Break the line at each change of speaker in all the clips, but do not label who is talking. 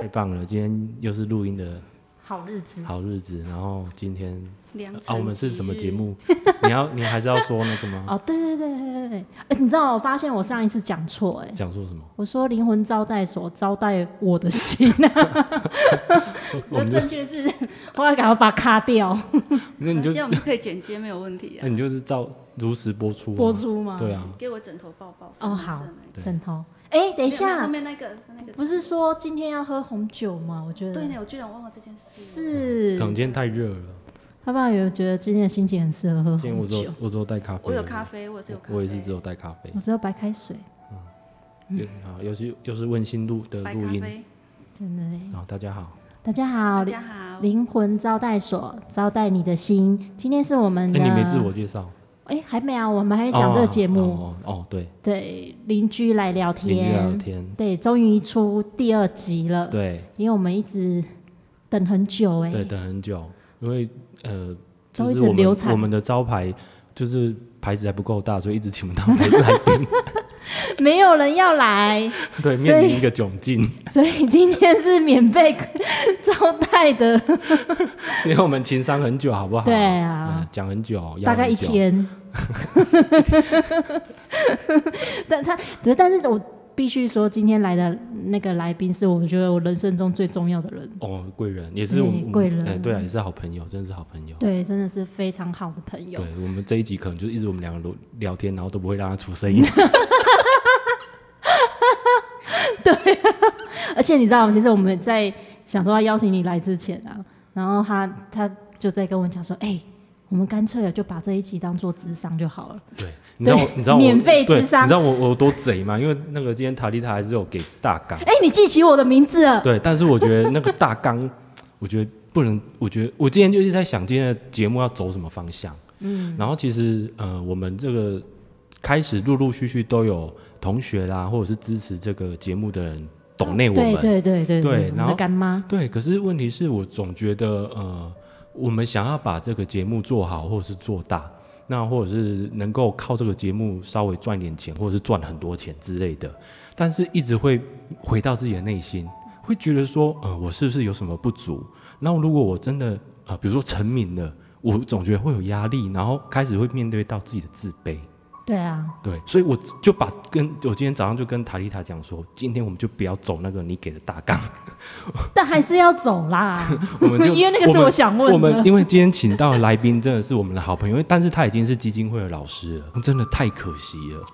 太棒了！今天又是录音的
好日子，
好日子，然后今天
梁
啊，
晨
我们是什么节
之
目？你要你还是要说那个吗？
哦，对对对对对对，哎、你知道我发现我上一次讲错哎，
讲说什么？
我说灵魂招待所招待我的心啊，
我
那
们就
正确是我要赶快把它卡掉
那你就
这样我们可以剪接，没有问题
那
啊。
你就是照如实播出啊
播出吗？
对，啊，
给我枕头抱抱。
哦好
对
枕头，哎、等
等
一
后
下，
面那个那个
不是说今天要喝红酒吗？我觉得
对呢，我居然忘了这件事。
是
可，能今天太热了。
他爸有觉得今天的心情很适合喝
今天我
红
只
酒
有，我只有带咖啡而已，
我有咖啡，我也是有咖啡，
我也是只有带咖啡
我。只有白开水，
又好，又是又是温馨录的
白
录
咖
音。
啡。
真的哎。
然后大家好，
大家好
大，家好，
灵魂招待所招待你的心，今天是我们
哎，
的。
你没自我介绍？
哎、还没有，我们还没嗯讲这个节目。
哦哦哦，对，
对，邻居来聊
邻居聊
天，
天，
对，终于出第二集了，
对
因为我们一直等很久哎、
对，等很久，因为呃，
都
就
一
是
直
我
流
们
产
我们的招牌就是牌子还不够大，所以一直请不到来 来宾，
没有人要 来，
对，
所以
面临一个窘境。
所以今天是免费招待的，
所以我们情商很久，好不好？
对啊
嗯，讲很久，
大概一
压很久。
天。 但他，只但是我必须说，今天来的那个来宾是我觉得我人生中最重要的人，
哦，贵人也是我
对
们
贵人
哎对啊，也是好朋友，真的是好朋友。
对，真的是非常好的朋友
对。我们这一集可能就是一直我们两个聊聊天，然后都不会让他出声 音。
而且你知道吗？其实我们在想说要邀请你来之前啊，然后他他就在跟我讲说，哎、我们干脆啊就把这一集当做智商就好了。
对，你知道我，你知道我
免费
对
智商
你知道我我有多贼吗？因为那个今天塔丽塔还是有给大纲，
哎、你记起我的名字了，
对，但是我觉得那个大纲， 我觉得不能，我觉得我今天就是在想今天的节目要走什么方向。嗯，然后其实呃，我们这个开始陆陆续续都有同学啦，或者是支持这个节目的人懂内我们，
对对对对
对
我
然
们
后
的干妈，
对，可是问题是我总觉得，呃，我们想要把这个节目做好，或者是做大，那或者是能够靠这个节目稍微赚点钱，或者是赚很多钱之类的，但是一直会回到自己的内心，会觉得说，呃，我是不是有什么不足？然后如果我真的，呃，比如说成名了，我总觉得会有压力，然后开始会面对到自己的自卑。
对 啊，
对，所以我就把跟我今天早上就跟塔丽塔讲说，今天我们就不要走那个你给的大纲，
但还是要走啦，
我们就
因为那个是
们
我想
我
问
们
的。
因为今天请到的来宾真的是我们的好朋友，因为但是他已经是基金会的老师了，真的太可惜了。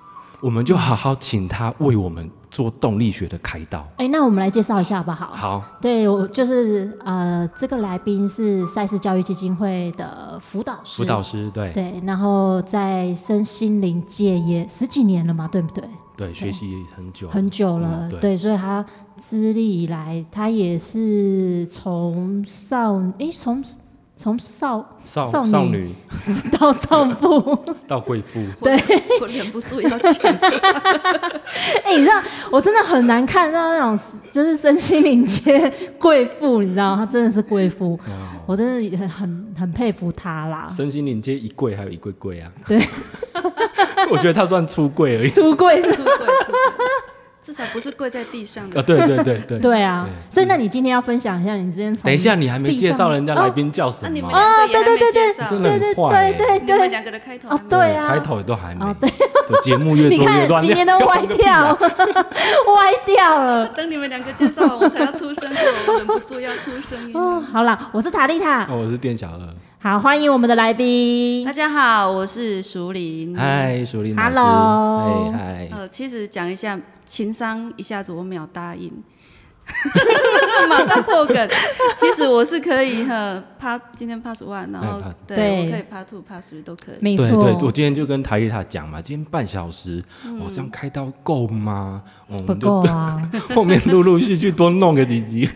我们就好好请他为我们做动力学的开刀。
哎、那我们来介绍一下吧，好。
好，
对，我就是呃，这个来宾是赛事教育基金会的辅导师，
辅导师，对对
对，然后在身心灵界也十几年了嘛，对不对？
学习很久
很久了，
嗯对
对，所以他资历以来，他也是从少诶，从从少
少
少女
少女
到少妇，
到贵妇，
对，我忍不住要讲，
哎、你知道我真的很难看到那种就是身心灵界贵妇，你知道吗她真的是贵妇，
哦
我真的很很很佩服她啦，
身心灵界一柜还有一柜柜啊。对， 我觉得他算出柜而 已。
出柜是，
出轨，出轨至少不是跪在地上
啊，
的。
对对 对对。
对啊
对，
所以那你今天要分享一下你之前从
等一下，你还没
地
介
上
绍人家来宾叫
那
什
啊你们
么？
两个也还没介
哦真
绍，
的很坏欸。
对
你们两个的开头还没
哦对啊
开头也都还没
哦。
对，节目越
你
做越
看
乱。
今 天都歪
啊
掉， 歪掉了。
等你们两个介绍完，我才要出声音，我忍不住要出声音。
哦，好啦，我是塔丽塔，
哦，我是店小二。
好，欢迎我们的来宾
大。家好，我是淑林。
嗨，舒林老师。
嗯
哎
Hello 嗯
嗨嗨，
呃，其实讲一下情商，一下子我秒答应， 马上破梗。其实我是可以哈，pass 今天 pass one，然后
哎，pass
对
对
我可以 pass two pass three 都可以。
没
对
错，
对，我今天就跟台丽塔讲嘛，今天半小时，我、这样开刀够吗？哦我
嗯不
们就
够啊。
后面陆陆续续多弄个几 集，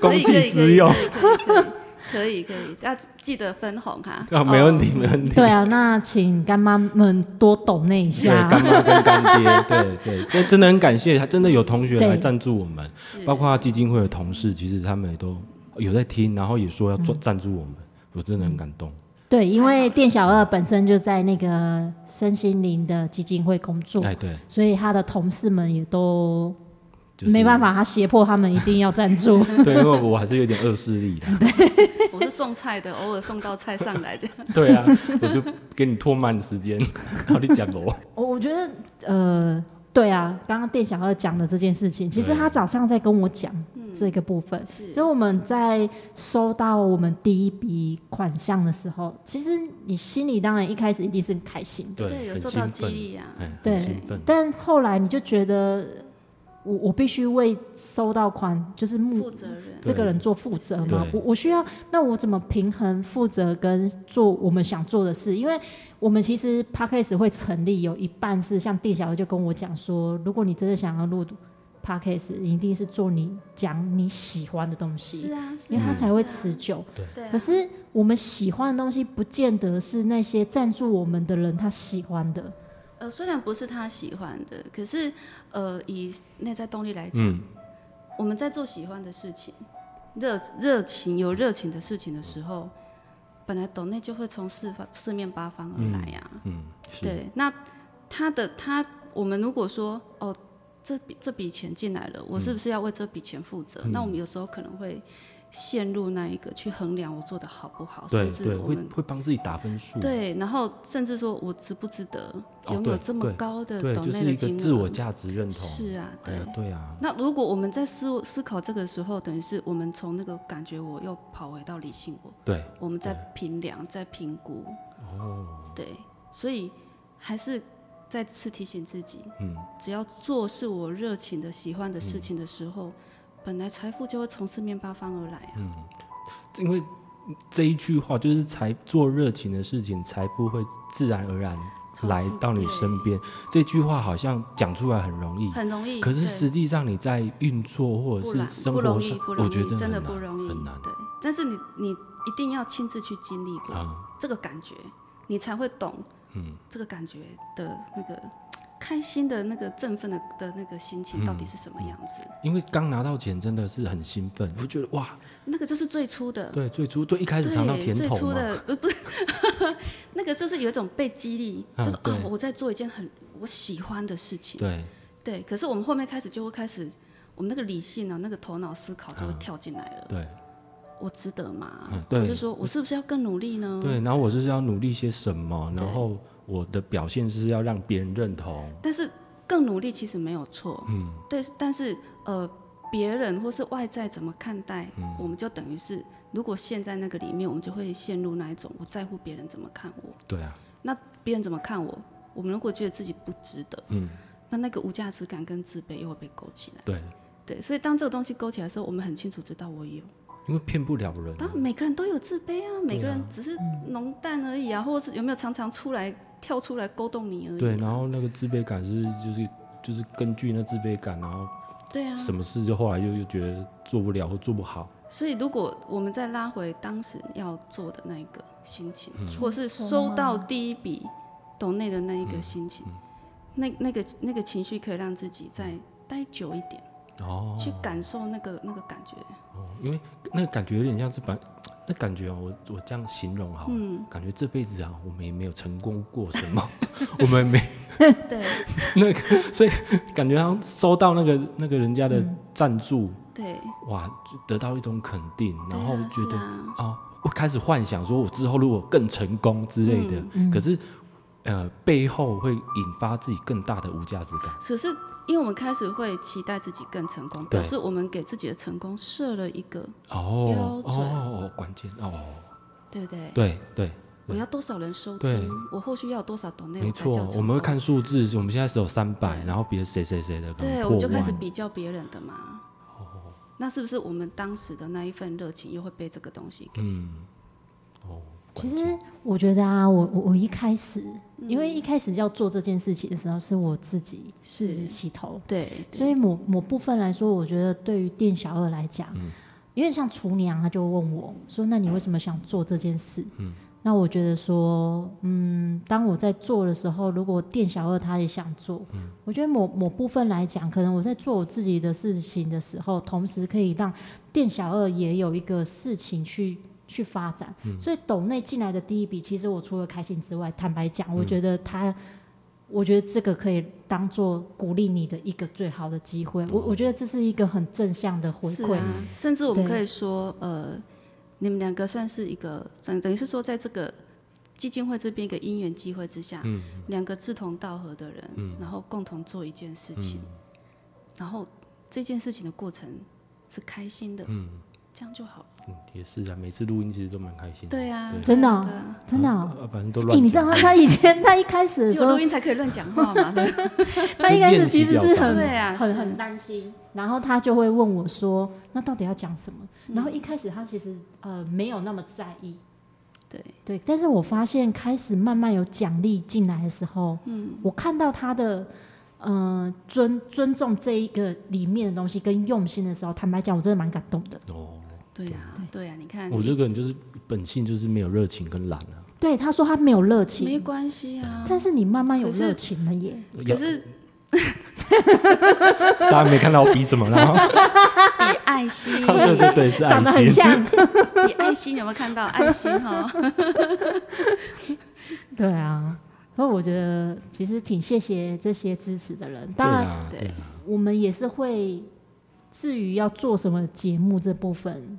可
公
以
器私用。
可以可以可以可以可以可以，要记得分红哈。
啊，没问
哦。
题，没 问题。
对啊，那请干妈们多懂那一
对，
下。
干妈跟干 爹，对对，这真的很感谢，还真的有同学来
对
赞助我们，包括基金会的同事，其实他们也都有在听，然后也说要做
嗯
赞助我们，我真的很感动。
对，因为店小二本身就在那个身心灵的基金会工作，
哎，对，
所以他的同事们也都
就是
没办法，他胁迫他们一定要赞助。
对，因为我还是有点恶势力的。
哦我是送菜的，偶尔送道菜上 来这样。
对啊，我就给你拖慢时间，然后你讲我。
我我觉得呃，对啊，刚刚店小二讲的这件事情，其实
对
他早上在跟我讲这个部分。
是
所以我们在收到我们第一笔款项的时候，其实你心里当然一开始一定是很开心的，
对，有
很
受到
兴
激
奋，
励啊。
哎，
对
很兴奋。
但后来你就觉得我我必须为收到款就是目
负责任，
这个人做负责嘛
对，
我我需要那我怎么平衡负责跟做我们想做的事？因为我们其实 p a c k a g e 会成立有一半是像店小二就跟我讲说，如果你真的想要录 p a c k a g e 你一定是做你讲你喜欢的东西
是。啊，是
因为它
啊
才会
是
持久，
啊对啊
可是我们喜欢的东西，不见得是那些赞助我们的人他喜欢的。
呃，虽然不是他喜欢的，可是呃，以内在动力来讲，
嗯，
我们在做喜欢的事情，热热情有热情的事情的时候，本来抖内就会从四方四面八方而来呀、啊
嗯，是，
对，那他的他，我们如果说哦，这笔这笔钱进来了，
嗯
我是不是要为这笔钱负责？那我们有时候可能会陷入那一个去衡量我做的好不好，
对
甚至
对，
我
会
们
会帮自己打分数。
对，然后甚至说我值不值得
哦
拥有
对
这么
对
高的
对，
抖
就是
内的
一个
金额？
自我价值认同。
是啊，
哎
对。
呀，对啊，
那如果我们在思思考这个时候，等于是我们从那个感觉我又跑回到理性我，
对，
我们在评量，在评估。哦。对，所以还是再次提醒自己，
嗯，
只要做是我热情的、喜欢的事情的时
嗯
候，本来财富就会从四面八方而来啊。
因为这一句话就是财做热情的事情，财富会自然而然
从
来
四
到你
对
身边。这句话好像讲出来很容易，
很容易。
可是
对
实际上你在运作或者
不
是
然
生
不
活
容易
上，，
不容
我
易
觉得，
真的
很
不容易，
难，很难
对，但是你你一定要亲自去经历过、
啊。
这个感觉，你才会懂，嗯，这个感觉的那个开心的那个振奋的的那个心情到
嗯
底是什么样子？
因为刚拿到钱真的是很兴奋，我觉得哇，
那个就是最初的，
对，最初对一开始尝到
对，
甜
最
头
初
嘛，
的不不是，那个就是有一种被激励，
啊
就是啊
对，
我在做一件很我喜欢的事情，
对，
对。可是我们后面开始就会开始，我们那个理性啊，那个头脑思考就会跳进来了。
啊对
我值得吗？
嗯对
我是说我是不是要更努力呢？
对，然后我就是要努力些什么，然
对
后我的表现是要让别人认同，
但是更努力其实没有错，嗯，对，但是呃，别人或是外在怎么看待，
嗯
我们就等于是如果陷在那个里面，我们就会陷入那一种我在乎别人怎么看我，
对啊，
那别人怎么看我，我们如果觉得自己不值得，
嗯，
那那个无价值感跟自卑又会被勾起来，
对，
对，所以当这个东西勾起来的时候，我们很清楚知道我有。
因为骗不了人啊，
当然每个人都有自卑啊，每个人只是浓淡而已啊，或者是有没有常常出来跳出来勾动你而已、啊。
对，然后那个自卑感是就是就是根据那自卑感，然后
对啊。
什么事就后来又又觉得做不了或做不好，
所以如果我们再拉回当时要做的那一个心情，
嗯
或是收到第一笔抖内的那一
嗯
个心情，那那个那个情绪可以让自己再待久一点，
哦，
去感受那个那个感 觉。
哦因为那个感觉有点像是把那感觉哦，我我这样形容好了，
嗯
感觉这辈子啊，我们也没有成功过什么， 我们没
对
那个，所以感觉好像收到那个那个人家的赞助，
对，
哇，就得到一种肯定，然后
嗯对啊
觉得
是啊
啊，我开始幻想说我之后如果更成功之类
嗯
的，可是呃背后会引发自己更大的无价值感，
可是因为我们开始会期待自己更成功，
对
表示我们给自己的成功设了一个，
哦哦
标准
哦，关键哦，
对不对？
对对，
我要多少人收
对
听？我或许要有多少抖内
没
我才叫
错
成，功？
我们会看数字，我们现在只有三百，
对
然后别谁谁谁的可能
对，
破
我们就开始
万哦
比较别人的嘛。那是不是我们当时的那一份热情又会被这个东西给？
嗯哦，
其实我觉得啊，我我我一开始，
嗯
因为一开始要做这件事情的时候，是我自己自己起头，
对，
所以某某部分来说，我觉得对于店小二来讲，因为像厨娘，她就问我说：“那你为什么想做这件事？”那我觉得说，嗯，当我在做的时候，如果店小二他也想做，我觉得某某部分来讲，可能我在做我自己的事情的时候，同时可以让店小二也有一个事情去去发展。
嗯嗯
所以抖内进来的第一笔，其实我除了开心之外，坦白讲，我觉得他我觉得这个可以当做鼓励你的一个最好的机会。
嗯
我我觉得这是一个很正向的回
是
馈。
啊，甚至我们
对
可以说，呃，你们两个算是一个等等于是说，在这个基金会这边一个因缘机会之下，
嗯
两个志同道合的人，然后共同做一件事情，
嗯
然后这件事情的过程是开心的，这样就好了。
嗯，也是啊，每次录音其实都蛮开心的。
对啊，
真的哦
对啊
真的、哦，
啊，啊反正都
哎、
乱。
你知道他他以前他一开始的
只
时
有
候
录，音才可以乱讲话嘛，对不对
他一开始其实是
就练习表达
很
对啊，
很
是
很担心，然后他就会问我说：“那到底要讲什么？”
嗯
然后一开始他其实呃没有那么在意，
对，
对，但是我发现开始慢慢有奖励进来的时候，嗯，我看到他的呃尊尊重这一个里面的东西跟用心的时候，坦白讲，我真的蛮感动的。
哦，
对啊，对啊，你看，
我这个人就是本性就是没有热情跟懒啊。
对，他说他没有热
没
情，
关系啊，
但是你慢慢有
可是
热情了耶。
可是
大家没看到我比什么 啦？
比爱心，
对 对对，是爱
长得很
心。
像，
比爱心有没有看到爱心哈？
对啊，所以我觉得其实挺谢谢这些支持的人。
对
当然，
啊，
对
对啊，
我们也是会至于要做什么节目这部分，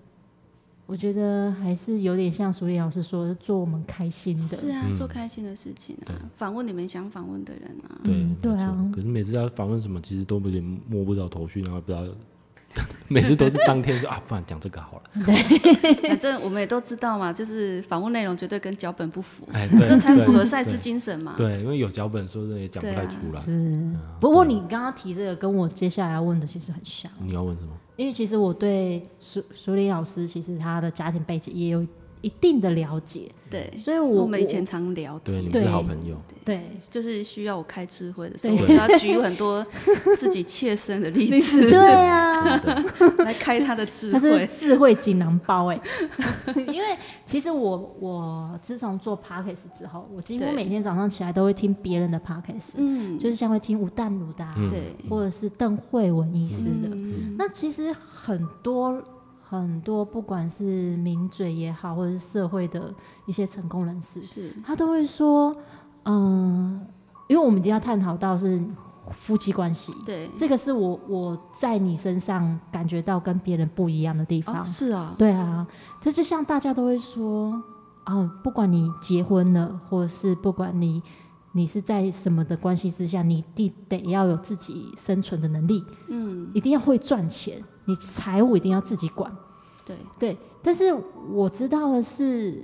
我觉得还是有点像苏丽老师说，的，做我们开心的。
是啊，
嗯
做开心的事情啊，访问你们想访问的人啊。
对
嗯对啊
没错可是每次要访问什么，其实都有点摸不着头绪，然后不知道， 每次都是当天说啊，不然讲这个好了。
反正我们也都知道嘛，就是访问内容绝对跟脚本不符，
哎， 对，
这才符合
对
赛事精神嘛。
对，因为有脚本，说真的也讲不
对
太
啊
出来。
是，不过你刚刚提这个跟我接下来要问的其实很像，
你要问什么？
因为其实我对苏苏丽老师其实她的家庭背景也有一定的了解，
对，
所以
哎我
我
们以前常聊
对，你
天，
们是
对
好朋友。
我对
就是需要我开智慧的时候，
对
我就要举很多自己切身的例 子
对啊，
真的
来开他的智
它是
慧。
智慧锦囊包哎、 因为其实我我自从做 podcast 之后，我几乎
对
每天早上起来都会听别人的 podcast，
嗯，
就是像会听吴淡如的、啊
嗯
对，
或者是邓慧文医师的。
嗯
那其实很多很多，不管是名嘴也好，或者是社会的一些成功人士，
是
他都会说，嗯、因为我们今天要探讨到是夫妻关系。
对，
这个是我我在你身上感觉到跟别人不一样的地方。
哦，是啊，
对啊，这就像大家都会说，啊，不管你结婚了，或者是不管你你是在什么的关系之下，你一定得要有自己生存的能力，
嗯，
一定要会赚钱，你财务一定要自己管。
对，
对，但是我知道的是，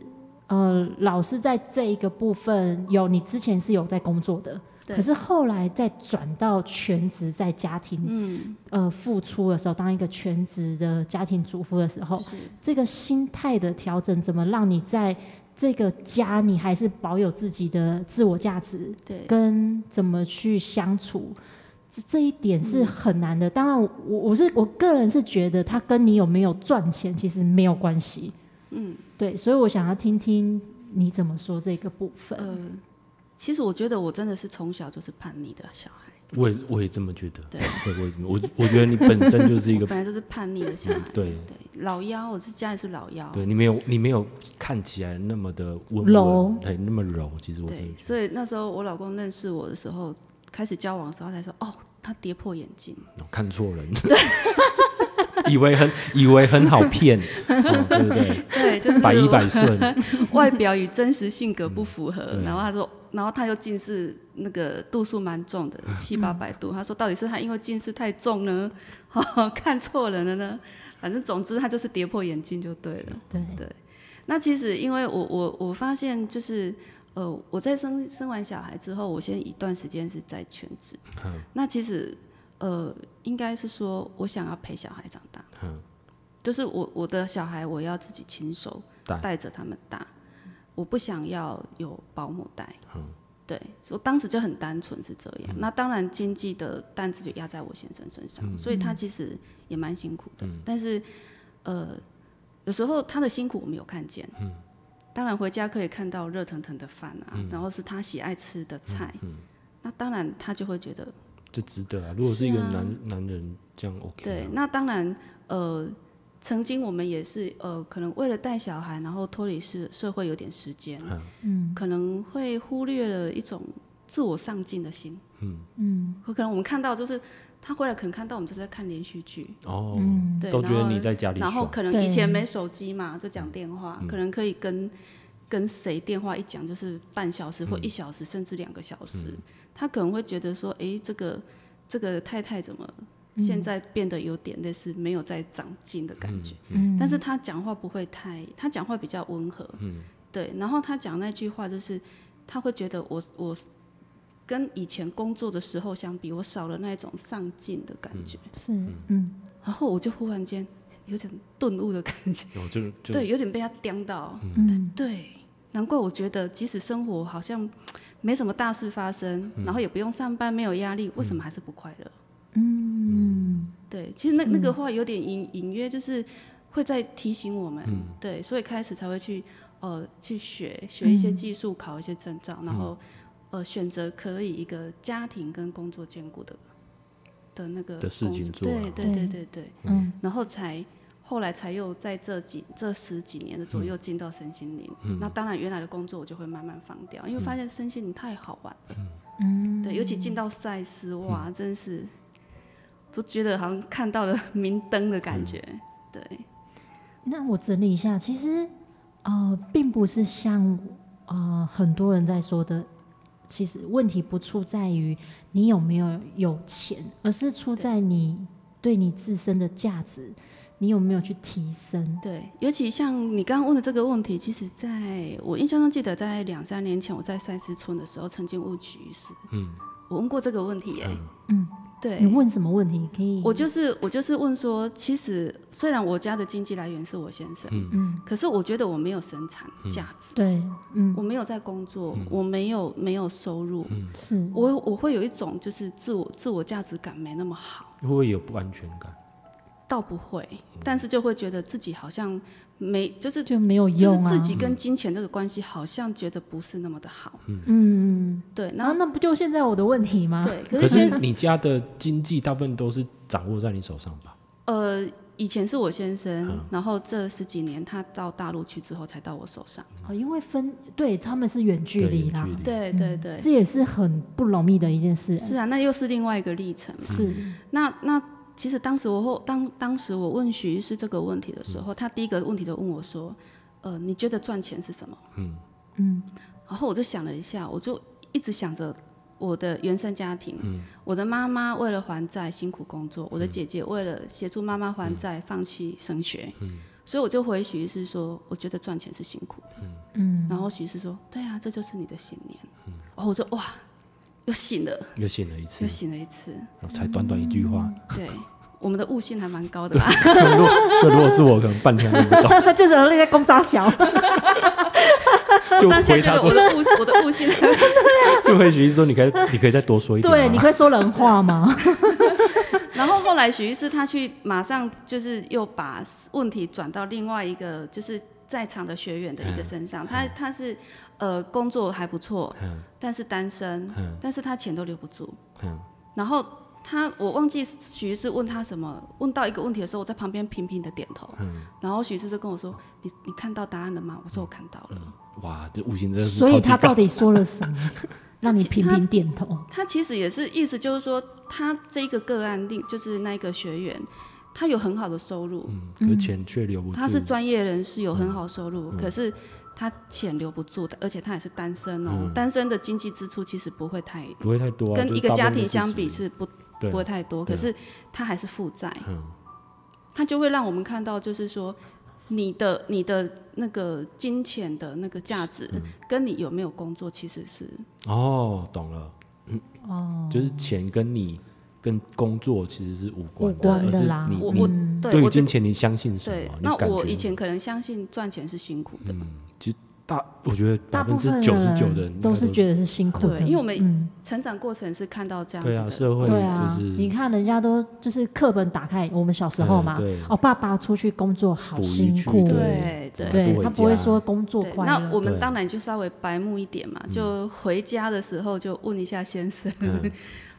呃，老师在这一个部分有你之前是有在工作的，
对
可是后来再转到全职在家庭、
嗯，
呃付出的时候，当一个全职的家庭主妇的时候，
是。
这个心态的调整，怎么让你在这个家你还是保有自己的自我价值，
对，
跟怎么去相处，这这一点
嗯
是很难的。当然我，我是我个人是觉得，它跟你有没有赚钱其实没有关系。
嗯，
对，所以我想要听听你怎么说这个部分。
呃，其实我觉得我真的是从小就是叛逆的小孩，
我也我也这么觉得。
对
对，我也这么我我觉得你本身就是一
我
个
本来就是叛逆的小孩。
对
对，老幺，我是家里是老幺。
对，你没有你没有看起来那么的温
柔
文，对，那么柔。其实我
对
真的觉
所以那时候我老公认识我的时候，开始交往的时候，他才说：“哦，他跌破眼镜。
得哦看错人， 以为很以为很好 骗，哦对不对？”
对，就是
百依百顺，
外表与真实性格不符合。
对
然后他说，然后他又近视，那个度数蛮 重的，七八百度。他说，到底是他因为近视太重呢， 哦看错人了呢？反正总之他就是跌破眼镜就对了。
对
对。那其实因为我我我发现就是。呃，我在生生完小孩之后，我先一段时间是在全职。
嗯
那其实，呃，应该是说我想要陪小孩长大，
嗯
就是我我的小孩我要自己亲手
带
带着他们大，我不想要有保姆带。对，我当时就很单纯是这样。那当然经济的担子就压在我先生身上，所以他其实也蛮辛苦的。但是呃，有时候他的辛苦我们有看见。当然回家可以看到热腾腾的饭啊，然后是他喜爱吃的菜。那当然他就会觉得
这值得啊。如果是一个
是啊
男、男人这样 OK，
对
啊，
那当然，呃，曾经我们也是呃，可能为了带小孩，然后脱离社社会有点时间，
嗯，
可能会忽略了一种自我上进的心。
嗯，
可可能我们看到就是他回来，可能看到我们就是在看连续剧，
哦，
嗯，
对，
都觉
然
得
后
你在家里
然后
爽，嗯
可能
对
以前没手机嘛，就讲电话，可能可以跟跟谁电话一讲就是半小时
嗯
或一小时，甚至两个小时。他可能会觉得说，诶，这个这个太太怎么
嗯
现在变得有点类似没有在长进的感觉？
嗯
但是他讲话不会太，他讲话比较温和，
嗯
对。然后他讲那句话就是，他会觉得我我。跟以前工作的时候相比，我少了那种上进的感觉。
是，嗯，
然后我就忽然间有点顿悟的感觉，
哦，就就
对，有点被他刁到，
嗯，
对，难怪我觉得即使生活好像没什么大事发生，然后也不用上班，没有压力，为什么还是不快乐？
嗯，
对，其实那那个话有点隐隐约，就是会在提醒我们，
嗯
对，所以开始才会去呃去学学一些
嗯
技术，考一些证照，然后呃选择可以一个家庭跟工作兼顾的的那个
的事情
工
做啊
作对对
对
对对对，
嗯，
然后才后来才又在这几这十几年的左右进到身心灵，
嗯
那当然原来的工作我就会慢慢放掉，因为发现身心灵太好玩了，嗯，对，尤其进到赛斯哇，
嗯
真是都觉得好像看到了明灯的感觉，
嗯
对，
那我整理一下，其实呃，并不是像呃很多人在说的，其实问题不出在于你有没有有钱，而是出在你对你自身的价值，你有没有去提升？
对，尤其像你刚刚问的这个问题，其实在我印象中记得，在两三年前我在赛斯村的时候，曾经问曲医师，嗯，我问过这个问题耶、
嗯，
对，
你问什么问题可以？
我就是我就是问说，其实虽然我家的经济来源是我先生，
嗯，
可是我觉得我没有生产价值，
对，嗯，
我没有在工作，我没有没有收入，
是，
我我会有一种就是自我自我价值感没那么好。
会不会有不安全感？
倒不会，
嗯
但是就会觉得自己好像没，就是
就没有
就是
用啊。
自己跟金钱这个关系好像觉得不是那么的好。
嗯，
对，然
然后
后
那不就现在我的问题吗？
对，可
可
是
是
先
你家的经济大部分都是掌握在你手上吧？
呃，以前是我先生，然后这十几年他到大陆去之后才到我手上。
哦，因为分对他们是远距
对
离
远
啦
距，离
对对对，
这也是很不容易的一件事。
是啊，那又是另外一个历程嘛。
是，
那那其实当时我后当当时我问许医师这个问题的时候，他第一个问题就问我说：“呃，你觉得赚钱是什么
嗯，？”
然后我就想了一下，我就一直想着我的原生家庭，我的妈妈为了还债辛苦工作，我的姐姐为了协助妈妈还债、放弃升学，所以我就回许医师说：“我觉得赚钱是辛苦的。”嗯，然后许医师说：“对啊，这就是你的信念。”然后我就哇，又醒了，
又醒了一次
又，嗯醒了一次。
哦才短短一句话。
对，我们的悟性还蛮高的吧？
如果对如果是我，可能半天都不到，
就是那些公杀小，
就
当下
回
觉
答
得
多
我，的悟性， 我的悟性还蛮高。
就会许医说，你可以你可以再多说一点吗。啊
对，你会说人话 吗？
然后后来许医师他去马上就是又把问题转到另外一个就是在场的学员的一个身
嗯
上，他他是呃工作还不错，但是单身，
嗯
但是他钱都留不住，然后。他我忘记许医师问他什么，问到一个问题的时候，我在旁边频频的点头，
嗯
然后许医师就跟我说：“你你看到答案了吗？”我说：“我看到了。
哇，这悟性真的是
所以
超级
他
高
到底说了什么，让你频频点头？
他其实也是意思就是说，他这个个案例就是那个学员，他有很好的收入，
嗯可是钱却留不住。
他是专业人士，有很好收入，
嗯
可是他钱留不住的，而且他也是单身哦，单身的经济支出其实不会太，
不会太多啊，嗯
跟
就是
一个
大部
家
分都
庭
自
相
己
比是不
对
不会太多，
对
可是他还是负债，
嗯
他就会让我们看到，就是说你的你的那个金钱的那个价值，
嗯
跟你有没有工作其实是
哦，懂了。嗯，哦，就是钱跟你跟工作其实是无关
无关
而
的
是
啦
你
我
你
我
对于
我
金
的
钱你相信什
对
么？，你
那
感
我
觉嗯
以前可能相信赚钱是辛苦的，
大，我觉得百
大
分
部
之
分
九十九的人
人都是
觉
觉得是辛苦的，
对因为我们
嗯
成长过程是看到这样子
对
的，
啊，社会
对啊
就，
你
是
看人家都就是课本打开，我们小时候嘛，
对对
哦，爸爸出去工作好
捕鱼
辛
去
苦，
对
对
对
回
啊他不会
家
说工作
对，
快
那
对
乐，
我
嗯
们当然就稍微白目一点嘛，就回家的时候就问一下先生，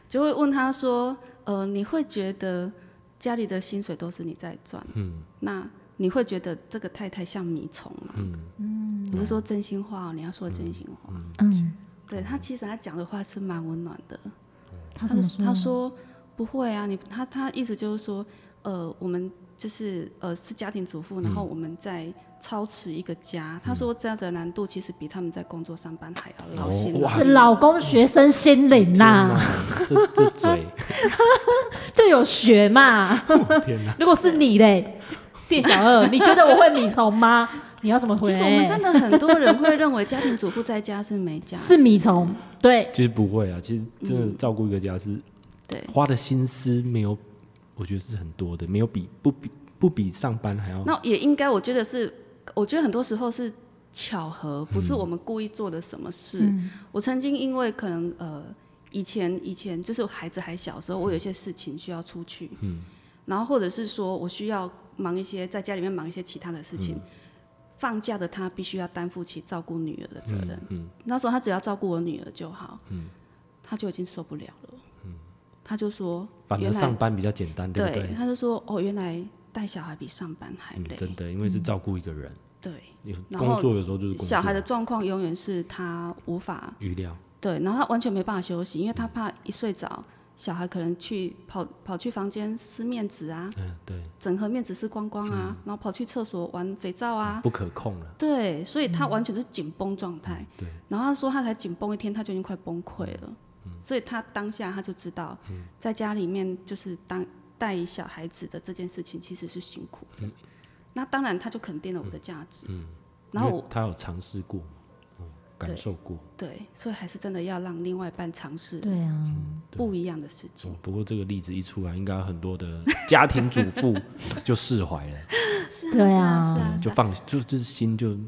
就会问他说，呃，你会觉得家里的薪水都是你在赚，嗯，那你会觉得这个太太像米虫吗？嗯，我是说真心话哦、你要说真心话。
嗯，
对他其实他讲的话是蛮温暖的。
他怎
他
么
是
说？
他说不会啊，你他他意思就是说，呃，我们就是呃是家庭主妇，然后我们在操持一个家。他说这样的难度其实比他们在工作上班还要劳心啊
哦
劳
哇
力
是老公学生心灵啦、
天哪， 这这 嘴，
就有学嘛。
天哪！
如果是你嘞，店小 二，你觉得我会米虫吗？你要怎么回？
其实我们真的很多人会认为家庭主妇在家是没 家，
是米虫，对，
其实不会啊，其实真的照顾一个家
嗯
是
对
花的心思没有，我觉得是很多的，没有比不比不比上班还要。
那也应该，我觉得是，我觉得很多时候是巧合，不是
嗯
我们故意做的什么事。我曾经因为可能呃，以前以前就是我孩子还小的时候，我有一些事情需要出去，嗯，然后或者是说我需要忙一些在家里面忙一些其他的事
嗯
情。放假的他必须要担负起照顾女儿的责任。
嗯
那时候他只要照顾我女儿就好，他就已经受不了了。他就说，
嗯反而
原来
上班比较简单，对不
对，
对？
他就说哦，原来带小孩比上班还
嗯
累。，
真的，因为是照顾一个人，
对，
有
然后
工作有时候就是工作
小孩的啊状况永远是他无法
预料，
对，然后他完全没办法休息，因为他怕一睡着，小孩可能去跑跑去房间撕面纸啊，
嗯，对，
整盒面纸撕光光
嗯
啊，然后跑去厕所玩肥皂啊。
不可控了，
对，所以他完全是紧绷状态。
嗯对，嗯
然后他说他才紧绷一天，他就已经快崩溃了。所以他当下他就知道，在家里面就是当带小孩子的这件事情其实是辛苦
嗯
的。那当然，他就肯定了我的价值。然后
因
我
为他有尝试过，嗯感
对
受过。
对，所以还是真的要让另外一半尝试
对啊，
不一样的事情。
哦不过这个例子一出来，应该很多的家庭主妇 就释怀了，
是
对啊
啊，是啊，是
就
啊。
放就就是心就
所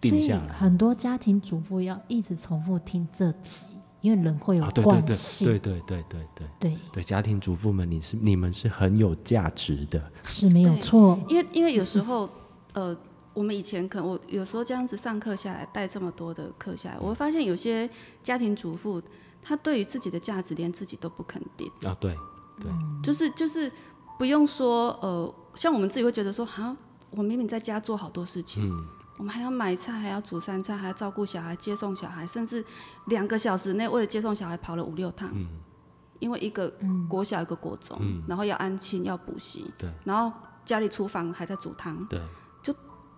定
以
下来。
很多家庭主妇要一直重复听这集，因为人会有
啊，对对
惯
对
性，
对对对对对
对
对，家庭主妇们，你是你们是很有价值的，
是没有错，
因为因为有时候，呃，我们以前可能我有时候这样子上课下来，带这么多的课下来，我会发现有些家庭主妇，她对于自己的价值连自己都不肯定，
啊，对对，
就是就是不用说，呃，像我们自己会觉得说，啊，我明明在家做好多事情。
嗯
我们还要买菜，还要煮三餐，还要照顾小孩、接送小孩，甚至两个小时内为了接送小孩跑了五六趟。
嗯
因为一个国小一个国中，然后要安亲要补习，
对
然后家里厨房还在煮汤，
对，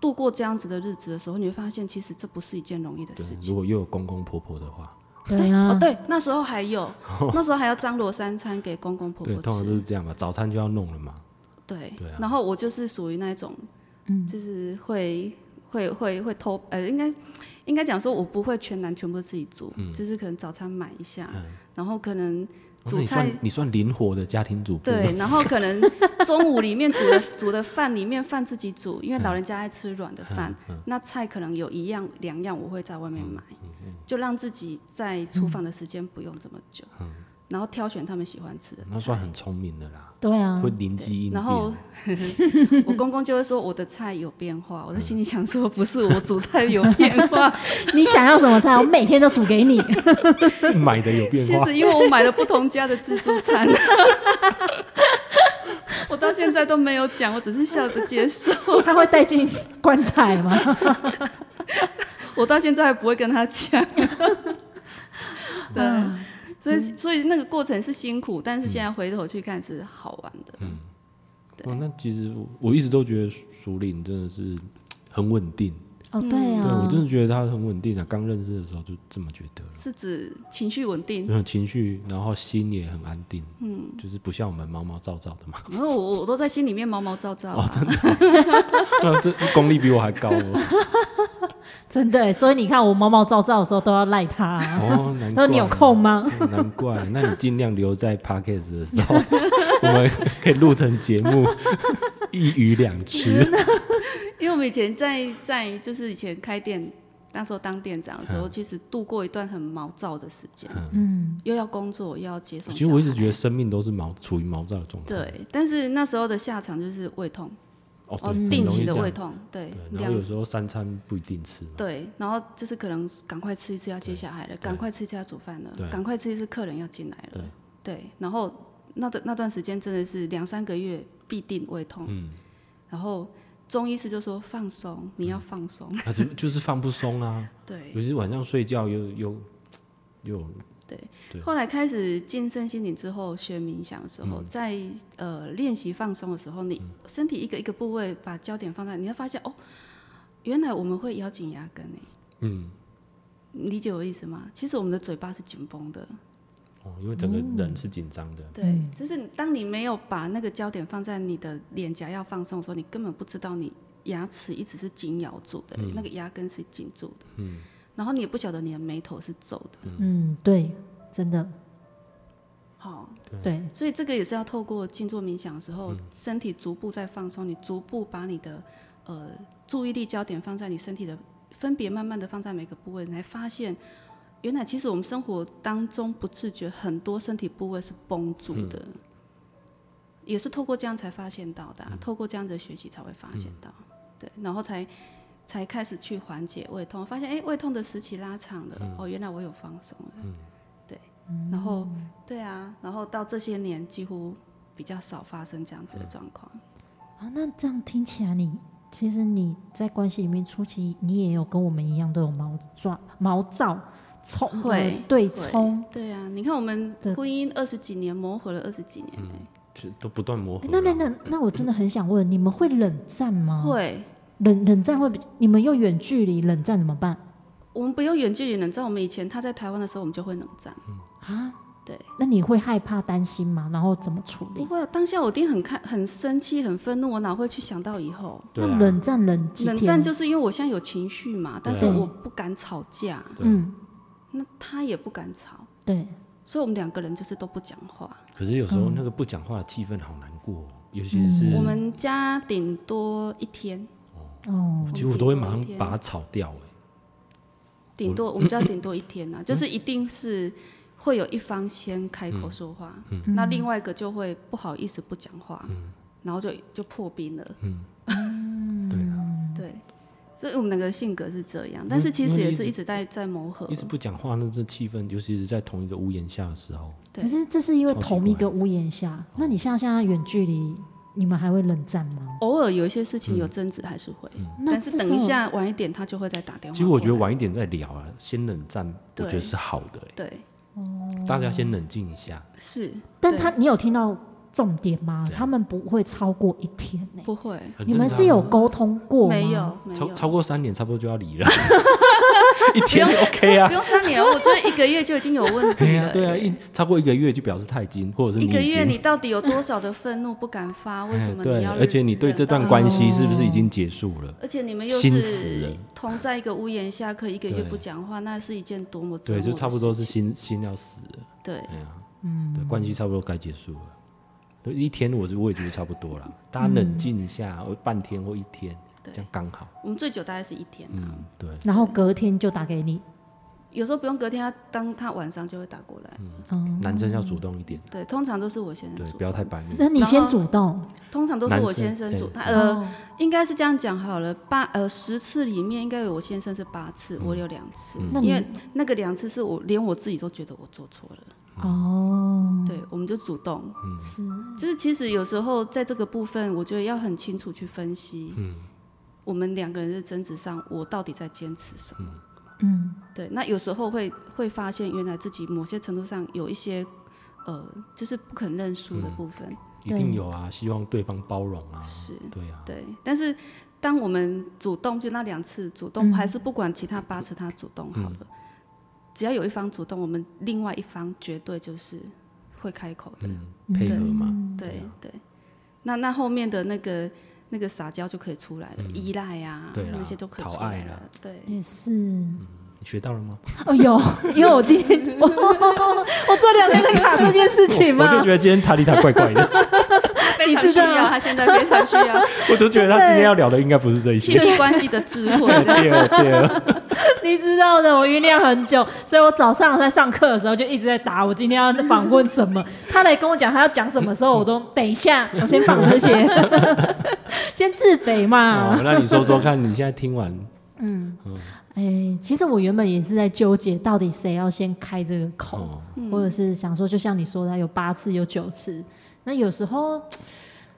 度过这样子的日子的时候，你会发现其实这不是一件容易的事
对，
情。
如果又有公公婆婆的话，
对
哦
啊，，
对，那时候还有，那时候还要张罗三餐给公公婆
对，
婆
通常都
吃。
是这样嘛，早餐就要弄了嘛，
对，
对啊
然后我就是属于那种，就是会会会会偷，呃，应该应该讲说，我不会全然全部自己煮，
嗯
就是可能早餐买一下，然后可能
哦那
煮
你
菜
算你算灵活的家庭主妇，
对，然后可 能中午里面煮的煮的饭里面饭自己煮，因为老人家爱吃软的饭，
嗯
那菜可能有一样两样我会在外面买，
嗯
就让自己在厨房的时间不用这么久，然后挑选他们喜欢吃的
嗯那
菜
算。很聪明的啦，
对啊
会，灵机应
嗯然后
变，啊
我公公就会说我的菜有变 化，我就心里想说不是我煮菜有 变化，
你想要什么菜，我每天都煮给你，
是买的有变
其
化，
实因为我买了不同家的自助餐， 我到现在都没有讲，我只是笑着接受。
他会带进棺材吗？
我到现在还不会跟他 讲。对，啊所以所以那个过程是辛苦，但是现在回头去看是好玩的。
哦，那其实我我一直都觉得熟龄真的是很稳定，
哦，对
对我
啊，
真
嗯
的觉得他很稳定啊，刚认识的时候就这么觉得了。
是指情绪稳定。
然后情绪，然后心也很安定，嗯，就是不像我们毛毛躁躁的嘛。
然后我我都在心里面毛毛躁躁、啊
那这功力比我还高哦，
真的耶，所以你看我毛毛躁躁的时候都要赖他啊，
哦，难
他
怪。
说你有空吗？
哦难怪，那你尽量留在 podcast 的时候， 我们可以录成节目， 一鱼两吃。
因为我们以前在在就是以前开店，那时候当店长的
嗯
时候，其实度过一段很毛躁的时间，
嗯，
又要工作又要接送。
其实我一直觉得。生命都是毛处于毛躁的状态。
对，但是那时候的下场就是胃痛，
哦，对，
哦
很，
定
容
期
易
的
这样
胃痛，对
对，，然
两
后有时候三餐不一定吃嘛。
对，然后就是可能赶快吃一次要接小孩了，赶快吃一次要煮饭
对
了，赶快吃一次客人要进来了，对，然后那段那段时间真的是两三个月必定胃痛，
嗯
然后中医师就说放
嗯
松，你要放松，
啊，就就是放不松啊。
对
尤其是晚上睡觉又又又对
后来开始进身心灵之后，学冥想的时候，
嗯
在呃练习放松的时候，你身体一个一个部位把焦点放在，你会发现哦，原来我们会咬紧牙根诶。
嗯，
你理解我意思吗？其实我们的嘴巴是紧绷的，
哦，因为整个人是紧张的，
对，就是当你没有把那个焦点放在你的脸颊要放松的时候，你根本不知道你牙齿一直是紧咬住的，欸
嗯
那个牙根是紧住的，嗯，然后你也不晓得你的眉头是皱的，
嗯，对，真的，
好，
对，
所以这个也是要透过静坐冥想的时候，身体逐步在放松，你逐步把你的呃注意力焦点放在你身体的分别，慢慢的放在每个部位，你才发现原来其实我们生活当中不自觉很多身体部位是绷住的，也是透过这样才发现到的啊、透过这样子的学习才会发现到，对，然后才。才开始去缓解胃痛，发现哎、诶胃痛的时期拉长了，哦，原来我有放松了，对，然后对啊，然后到这些年几乎比较少发生这样
嗯
子的状况。
啊，那这样听起来你，其实你在关系里面初期，你也有跟我们一样都有毛抓毛躁冲呃
会
对
会
冲。
对啊，你看我们
对
婚姻二十几年磨合了二十几年、
嗯
欸
是都不断磨合
诶
啦。
那那那那我真的很想问，你们会冷战吗？
会，
冷冷战会比你们又远距离冷战怎么办
我们不用远距离冷战，我们以前他在台湾的时候，我们就会冷战。
啊？
对，
那你会害怕担心吗？然后怎么处
不
理？
会啊，当下我一定很看很生气、很愤怒，我哪会去想到以后？
对
那
啊
冷战冷几天？
冷战就是因为我现在有情绪嘛，但是
对啊
我不敢吵架，
对
嗯，
那他也不敢吵，
对，
所以我们两个人就是都不讲话。
可是有时候那个不讲话的气氛好难过哦，尤其是
嗯我们家顶多一天，
哦，
几乎都会马
我
上
们顶多一天
把它炒掉。哎，
顶多我们就要顶多一天
嗯
呐、就是一定是会有一方先开口说话，
嗯
那另外一个就会不好意思不讲话，然后就就破冰了。
嗯
嗯
对啊啦，
对，所以我们两个性格是这
嗯
样，但是其实也是一直在在磨合
一。直不讲话，那这气氛，尤其是在同一个屋檐下的时候，
对
可是这是因为
超奇
同一
怪哦
个屋檐下，那你像现在远距离，你们还会冷战吗？
偶尔有一些
嗯
事情有争执还是会，
那
但
这
是
时
等一
候
下晚一点他就会再打电话过来。
其实我觉得晚一点再聊啊，先冷战，我
对哦
觉得是好的、欸，
对
大家先冷静一下。
是，
但
对
他，你有听到重点吗？
对啊
他们不会超过一天呢、
不会
很
你们
正啊
是有沟通过吗？
没有没
常
有
超超过三年，差不多就要离了， 一天就 OK 啊
不。用三年，我觉得一个月就已经有问题
对
了
啊，。对啊，一超过一个月就表示太精，或者是
一
你
个
已
月
经
你到底有多少的愤怒不敢 发？为什
哎
么你
对，
要？
而且你对这段关系是不是已经结束了？
而且你们又
心死
是
了
同在一个屋檐下，可以一个月
对
不讲话，那是一件多么折
对，
磨的
就差不多
事
是
情
心心要死了，
对
对啊，嗯，对，关系差不多该结束了。对一天我是我也觉得差不多了，大家冷静一下，或半天或一天，这
对
样刚好。
我们最久大概是一天啊，
嗯，对，
然后隔天就打给你，
有时候不用隔天，他当他晚上就会打过来。
嗯，
男生要主动一点，
对，通常都是我先生
对，
主
不要太
动，
白目。
那你
然
先
后
主动，
通常都是
男
我
生哎
先生主，
对
他呃
哦
应该是这样讲好了，八呃十次里面应该有我先生是八次，我有两次，
嗯
那
因
你
为那个两次是我连我自己都觉得我做错了。
嗯
哦，
对，我们就主动，
是
就是其实有时候在这个部分，我觉得要很清楚去分析，我们两个人的争执上，我到底在坚持什么？
嗯，
对，那有时候会会发现，原来自己某些程度上有一些，呃，就是不肯认输的部分，
一定有啊，希望对方包容啊，
是
对啊，
对。但是当我们主动，就那两次主动，还是不管其他八次他主动好了，只要有一方主动，我们另外一方绝对就是会开口的。
嗯，配合嘛，
对对，那那后面的那个那个撒娇就可以出来了，依赖呀、
嗯对啦
那些都可以
讨
出
爱
来
啦
了。对，
也是，
你学到了吗？
哦 有，因为我今天我我这两天在卡这件事情嘛
我，就觉得今天塔丽塔怪怪的，
非常
知
需
道
要，他现在非常 需要
我就觉得他今天要聊的应该不是这一
亲
些。
密关系的智慧。
对了对了，
你知道的，我酝酿很久，所以我早上在上课的时候就一直在打我今天要访问什 么。他来跟我讲他要讲什么时候，我都等一下，我先放 这些，先自肥嘛
哦。那你说说看，你现在听完，
哎、其实我原本也是在纠结，到底谁要先开这个口，
哦，
嗯
或者是想说，就像你说的，有八次，有九次。那有时候，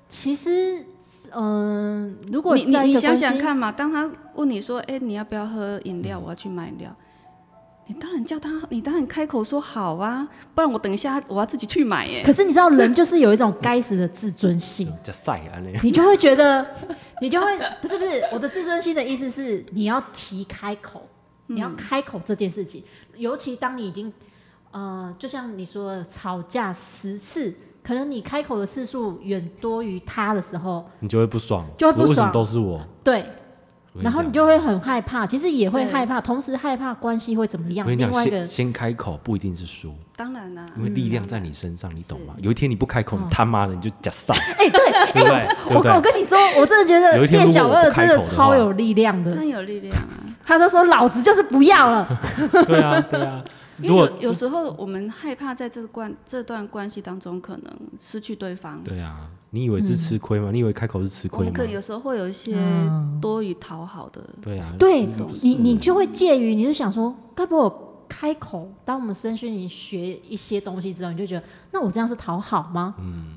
其实，嗯、如果
你你
在一
你
个
想
关系
嗯
想看嘛，当他问你说：“哎、你要不要喝饮料？我要去买饮料。”你当然叫他，你当然开口说好啊，不然我等一下我要自己去买耶。
可是你知道，人就是有一种该死的自尊心，
叫晒啊那
你就会觉得， 你就会不是不是，我的自尊心的意思是你要提开口，
嗯
你要开口这件事情，尤其当你已经呃，就像你说的吵架十次，可能你开口的次数远多于他的时候，
你就会不爽，
就会不爽
为什么都是我？
对，
我跟
然后
讲
你就会很害怕，其实也会
对
害怕，同时害怕关系会怎么
我
样。
跟你
另
讲，
外一个嗯
先先开口不一定是输，
当然啦、
因为力量在你身上，你懂吗？
是
有一天你不开口，你他妈的你就假晒，
哎、对，
对不对？对
嗯我
不
跟我
对？
跟你说，我真的觉
有
得
一天如
店
果
小
我不
二
开
真
口的
的
话
超有力量
当
的，
然有力量啊。
他都说老子就是不要了。
对啊，对啊。
因
如
为
果
有有时候我们害怕在这个关这段关系当中可能失去对方，
对啊，你以为是吃亏吗？你以为开口是吃
我
亏
们
吗
可？能有时候会有一些
嗯
多于讨好的，
对啊，
对
不是
你，你就会介于，你就想说，该不会我开口，当我们深训营学一些东西之后，你就觉得，那我这样是讨好吗？嗯，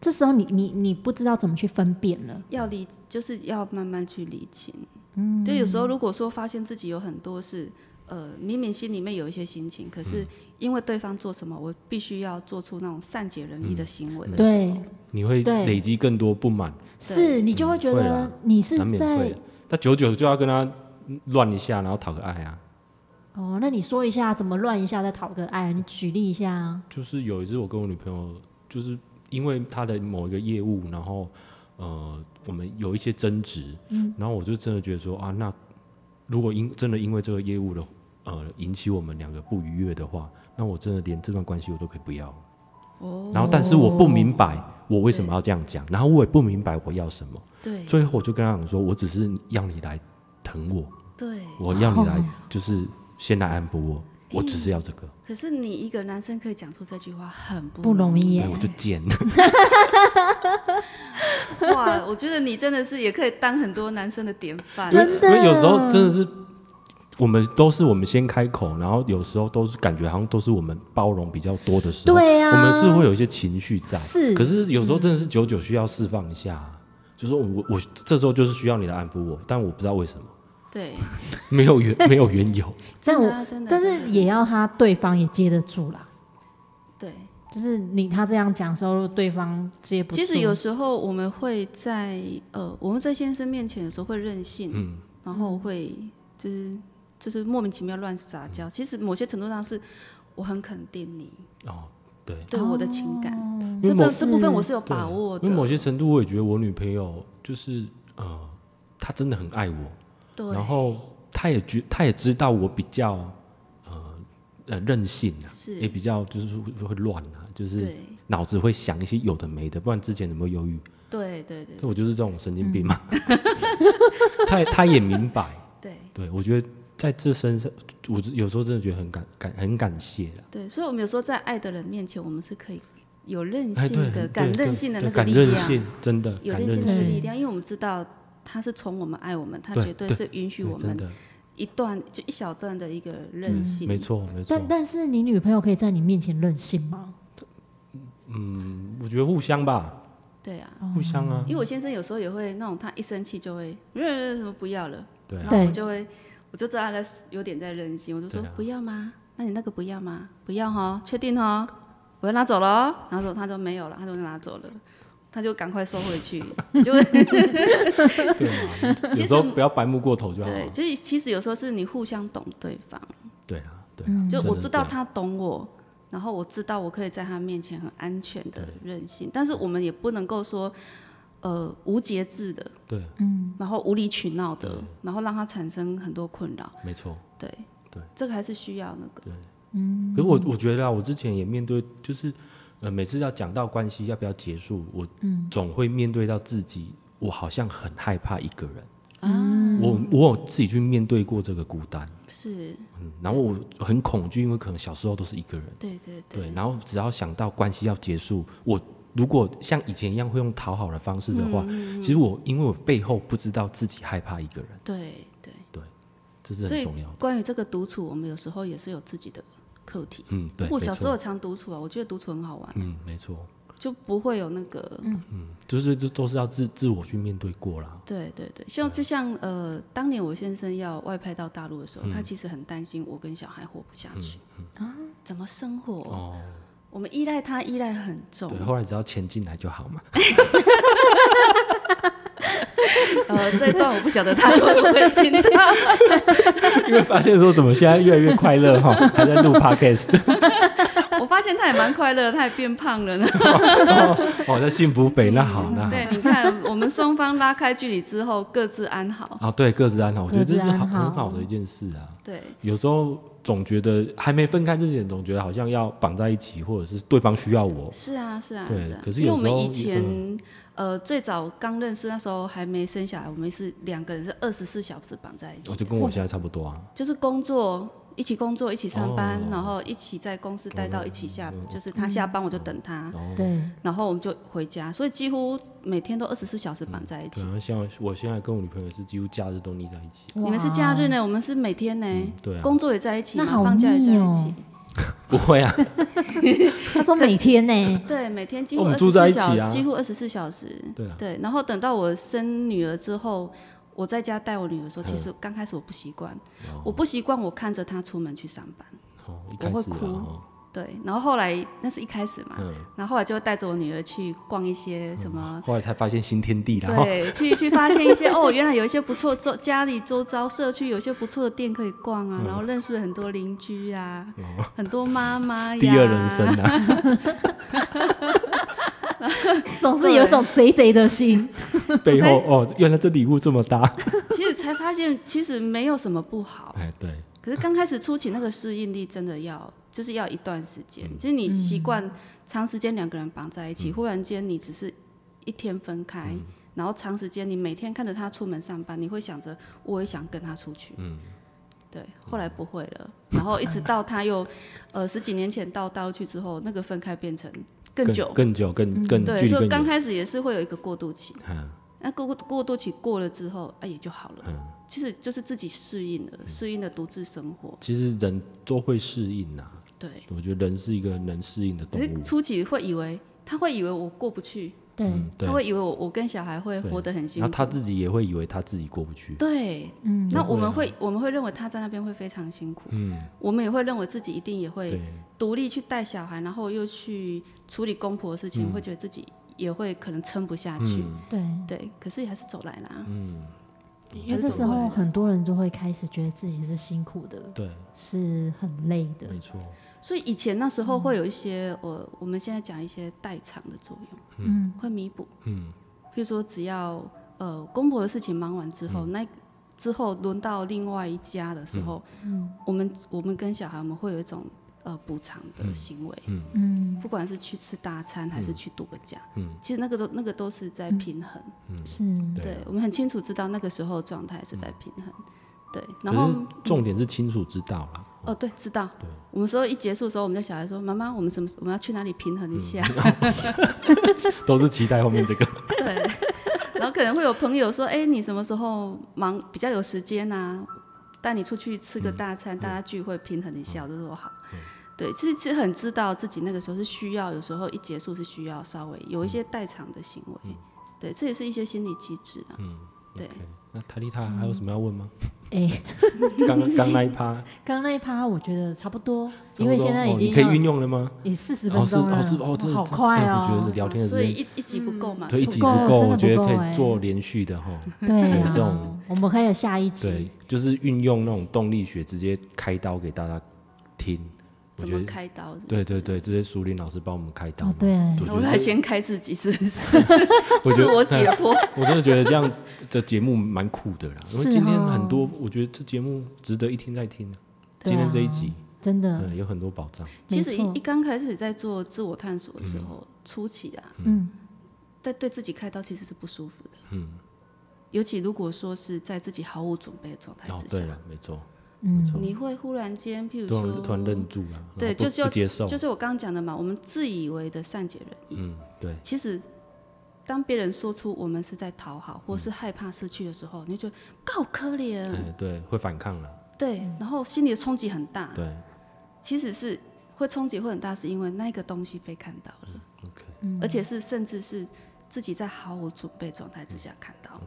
这时候你你你不知道怎么去分辨了。
要理就是要慢慢去理清。嗯，就有时候如果说发现自己有很多是呃，明明心里面有一些心情，可
嗯
是因为对方做什么，我必须要做出那种善解人意的
嗯
行为的时候，
对，
你会
对
累积更多不满，
是你就会觉
嗯会
得
啦
你是
难免
在
会。他久久就要跟他乱一下，然后讨个爱啊。
哦，那你说一下怎么乱一下再讨个爱？你举例一下啊。
就是有一次我跟我女朋友，就是因为她的某一个业务，然后呃，我们有一些争执，然后我就真的觉得说啊，那如果因真的因为这个业务的呃引起我们两个不愉悦的话，那我真的连这段关系我都可以不要。
哦，
然后，但是我不明白我为什么要这样讲，然后我也不明白我要什么。
对
最后我就跟她讲说，我只是要你来疼我，
对。
我要你来就是先来安抚我，我只是要这个，
可是你一个男生可以讲出这句话，很
不
不
容易耶
对， 我就贱。
哇！我觉得你真的是也可以当很多男生的典范，
真 的
因为有时候真的是，哦我们都是我们先开口，然后有时候都是感觉好像都是我们包容比较多的时候，
对啊
我们是会有一些情绪在，
是
可是有时候真的是久久需要释放一下啊，就说我我这时候就是需要你来安抚我，但我不知道为什么，
对，
没有缘没有缘由，
但
真
我
的啊真的啊，
但
真的
是
啊
也要他对方也接得住啦。
对。
就是你他这样讲的时候，如果对方接不住，
其实有时候我们会在呃，我们在先生面前有时候会任性，然后
嗯
会就是就是莫名其妙乱撒娇。其实某些程度上是我很肯定你
哦，对，
对我的情感，
因为
嗯这
某
部这部分我是有把握
因为某
的。
些程度我也觉得我女朋友就是呃，她真的很爱我，
对，
然后他也觉，他也知道我比较呃呃任性啊，
是
也比较就是会会乱啊，就是
对
脑子会想一些有的没的，不然之前有没有忧郁？
对对对嗯
我就是这种神经病嘛。 他也他也明白，
对
对我觉得在这身上，我有时候真的觉得很感感很感谢啊啦。
对，所以我们有时候在爱的人面前，我们是可以有任
哎，对
性，的、
很
敢
对
任性的
对
那个
敢
力
任
量，
性，真的
有
敢
任
任
性的
性
力量，因为我们知道他是宠我们、爱我们，他
对
绝对
对
是允许
对
我
真
们
的，
一段就一小段的一个任性，
嗯没错没错
但。但是你女朋友可以在你面前任性吗？
我觉得互相吧，
对啊，
互相啊，
因为我先生有时候也会那种，他一生气就会呃什么不要了，
对
然
啊，
后我就会，我就知道他在有点在任性，我就说、
对啊
不要吗？那你那个不要吗？不要哈，确定哈，我要拿走了哦，然后说他说没有了，他说拿走了。他就赶快收回去，就会
对啊，
其
有
实
时候不要白目过头就好
对
了，。
就是其实有时候是你互相懂对方，
对啊，对啊，
就
真的
我
是
知
这
道
样
他懂我，然后我知道我可以在他面前很安全的任性，但是我们也不能够说，呃，无节制的，
对，
然后无理取闹的，然后让他产生很多困扰。
没错。
对，
对，
这个还是需要那个，
可是
嗯
我我觉得啊，我之前也面对，就是呃，每次要讲到关系要不要结束，我
嗯
总会面对到自己，我好像很害怕一个人。
啊
我我有自己去面对过这个孤单，
是，
嗯，然后我很恐惧，因为可能小时候都是一个人，
对对对，
对，然后只要想到关系要结束，我如果像以前一样会用讨好的方式的话，
嗯
其实我因为我背后不知道自己害怕一个人，
对对，
这是
所
很
以
重要的。
关于这个独处，我们有时候也是有自己的课题。
嗯，对，
我
没
小时
错，
候常独处啊，我觉得独处很好玩。
嗯，没错，
就不会有那个，
就是这都是要自自我去面对过啦。
对对对，像就像呃，当年我先生要外派到大陆的时候，
嗯
他其实很担心我跟小孩活不下去啊，怎么生活？
哦，
我们依赖他依赖很重
对，，后来只要钱进来就好嘛。
呃，这一段我不晓得他会不会听到。
因为发现说怎么现在越来越快乐哈，还在录 podcast，
我发现他也蛮快乐，他也变胖了呢。
哦，那幸福肥那好那好。
对，你看，我们双方拉开距离之后，各自安好。
啊，对，各自安好，我觉得这是
各自安
好
好
很
嗯
好的一件事啊。
对，
有时候总觉得还没分开之前，总觉得好像要绑在一起，或者是对方需要我。
是啊，是啊，
对
是啊。
可是
因为
有
我
时候
们以前、
嗯
呃最早刚认识那时候还没生小孩，我们是两个人是二十四小时绑在一
我
起，
就跟我现在差不多啊，
就是工作。一起工作，一起上班，
哦嗯
然后一起在公司待到一起下，就是他下班我就等他，
然后
对，
然后我们就回家，所以几乎每天都二十四小时绑在一
对
起。
啊，像我现在跟我女朋友也是几乎假日都腻在一起。
哇
你们是假日呢，我们是每天呢，
啊对啊，
工作也在一起嘛，
那好
放假也在
腻
一
哦
起。
不会啊，
他说每天呢、
对，每天几
我
乎
们
二
住
十
在
四
一起
小时，
啊
几乎二十四小时。
对啊
对，然后等到我生女儿之后，我在家带我女儿的时候，其实刚开始我不习惯，我不习惯我看着她出门去上班。
哦，一开
我会
始啊，
哭啊
哦
对，然后后来那是一开始嘛，
嗯
然后后来就会带着我女儿去逛一些什么。
后来才发现新天地啦。哦
对，去 去发现一些哦，原来有一些不错，周家里周遭社区有一些不错的店可以逛
嗯
啊，然后认识了很多邻居啊，很多妈妈哎呀，
哦 第二人生啊，
总是有一种贼贼的心。
背后哦，原来这礼物这么大。
其实才发现，其实没有什么不好。
哎，对，
可是刚开始初期那个适应力真的要，就是要一段时间，
嗯
就是你习惯长时间两个人绑在一起，忽然间你只是一天分开，
嗯
然后长时间你每天看着他出门上班，你会想着我也想跟他出去，嗯，对，后来不会了，然后一直到他又， 呃，十几年前到大陆去之后，那个分开变成更久，
更久，更更
对，
距
所
离
以刚
更远。
开始也是会有一个过渡期，
嗯
那过过渡期过了之后，哎、也就好了，
嗯
其实就是自己适应了，适应了独自生活。
其实人都会适应呐、啊，
对，
我觉得人是一个能适应的动
可是
物。
初期会以为他会以为我过不去，
对，
嗯，对
他。会以为我我跟小孩会活得很辛
然后
苦。
他自己也会以为他自己过不去。
对，
嗯，
那我们会我们会认为他在那边会非常辛苦，
嗯，
我们也会认为自己一定也
对
会，独立去带小孩，然后又去处理公婆的事情，会觉得自己也会可能撑不下去。
嗯
对，
对，可是还是走来啦。
嗯，
因为这时候很多人就会开始觉得自己是辛苦的，
对，
是很累的。
没错，
所以以前那时候
嗯
会有一些，我、我们现在讲一些代偿的作用，
嗯，
会弥补。
嗯，
譬如说，只要呃公婆的事情忙完之
嗯
后，那之后轮到另外一家的时候，嗯，我们我们跟小孩我们会有一种呃补偿的行为，
嗯
嗯，
不管是去吃大餐还是去度个假，
嗯，
其实那个都那个都是在
嗯
平衡，
是，
对
对
啊。嗯
我们很清楚知道那个时候状态是在平衡，对，然后
可是重点是清楚知道了，
哦对，知道，我们时候一结束的时候，我们家小孩说妈妈，我们什么我们要去哪里平衡一下，
嗯都是期待后面这个。
对， 然后可能会有朋友说：“哎、你什么时候忙比较有时间啊？带你出去吃个大
嗯
餐，大家聚会平衡一下。我就说：“好。对，其实其实很知道自己那个时候是需要，有时候一结束是需要稍微有一些代偿的行为。对，这也是一些心理机制啊。
嗯
对
OK，那塔丽塔还有什么要问吗？
哎、
刚刚那一趴，
刚刚那一趴我觉得差不多，
差不多
因为现在已
哦
经
你可以
要
运用了吗？
也四十分
哦是
钟了，
哦是哦，这
好快
哎我觉得
哦
是，聊天的时
所以
间，嗯
一一集不够嘛？
对一
不
集
够
够，
真的
我觉得
不够
可
哎
以做连续的哈。
对
对这种
啊，我们还有下一
对
集，，
就是运用那种动力学，直接开刀给大家听。我
怎
觉
么
得，
开刀？
对对对，这些苏林老师帮我们开刀
哦
嘛。
对，
我
那
觉
我
得
来
这
先开自己，是不是？
我觉
自
得
我解剖。
我真的觉得这样的节目蛮酷的啦，因为
是
今天
哦
很多，我觉得这节目值得一听再听、
对
今天这一
啊
集，
真的，
嗯，有很多宝藏。
其
没
实
错
一一刚开始在做自我探索的时候，初期啊，
嗯，
在对自己开刀其实是不舒服的。嗯，尤其如果说是在自己毫无准备的状态
哦，
之
对
下，
了，没错，
你会忽然间，嗯譬如
突
说，
然突然愣住了，然
对，
后不
就就
不接受，
就是我刚刚讲的嘛，我们自以为的善解人意，
嗯，对，
其实当别人说出我们是在讨好或是害怕失去的时候，你就觉得够可怜，
哎，对，会反抗了，
对，然后心里的冲击很大。
对，
其实是会冲击会很大，是因为那个东西被看到了。
OK，
嗯
而且是甚至是自己在毫无准备状态之下看到，
嗯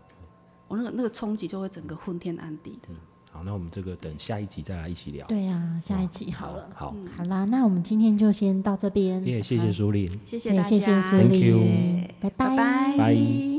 我那个那个冲击就会整个昏天暗地的。
好，那我们这个等下一集再来一起聊。
对呀、下一集好了。
好，
嗯
好啦，那我们今天就先到这边。
也谢
好
谢苏林。
谢
对
大家，
谢谢苏
丽
谢谢
Thank you
拜拜
拜
拜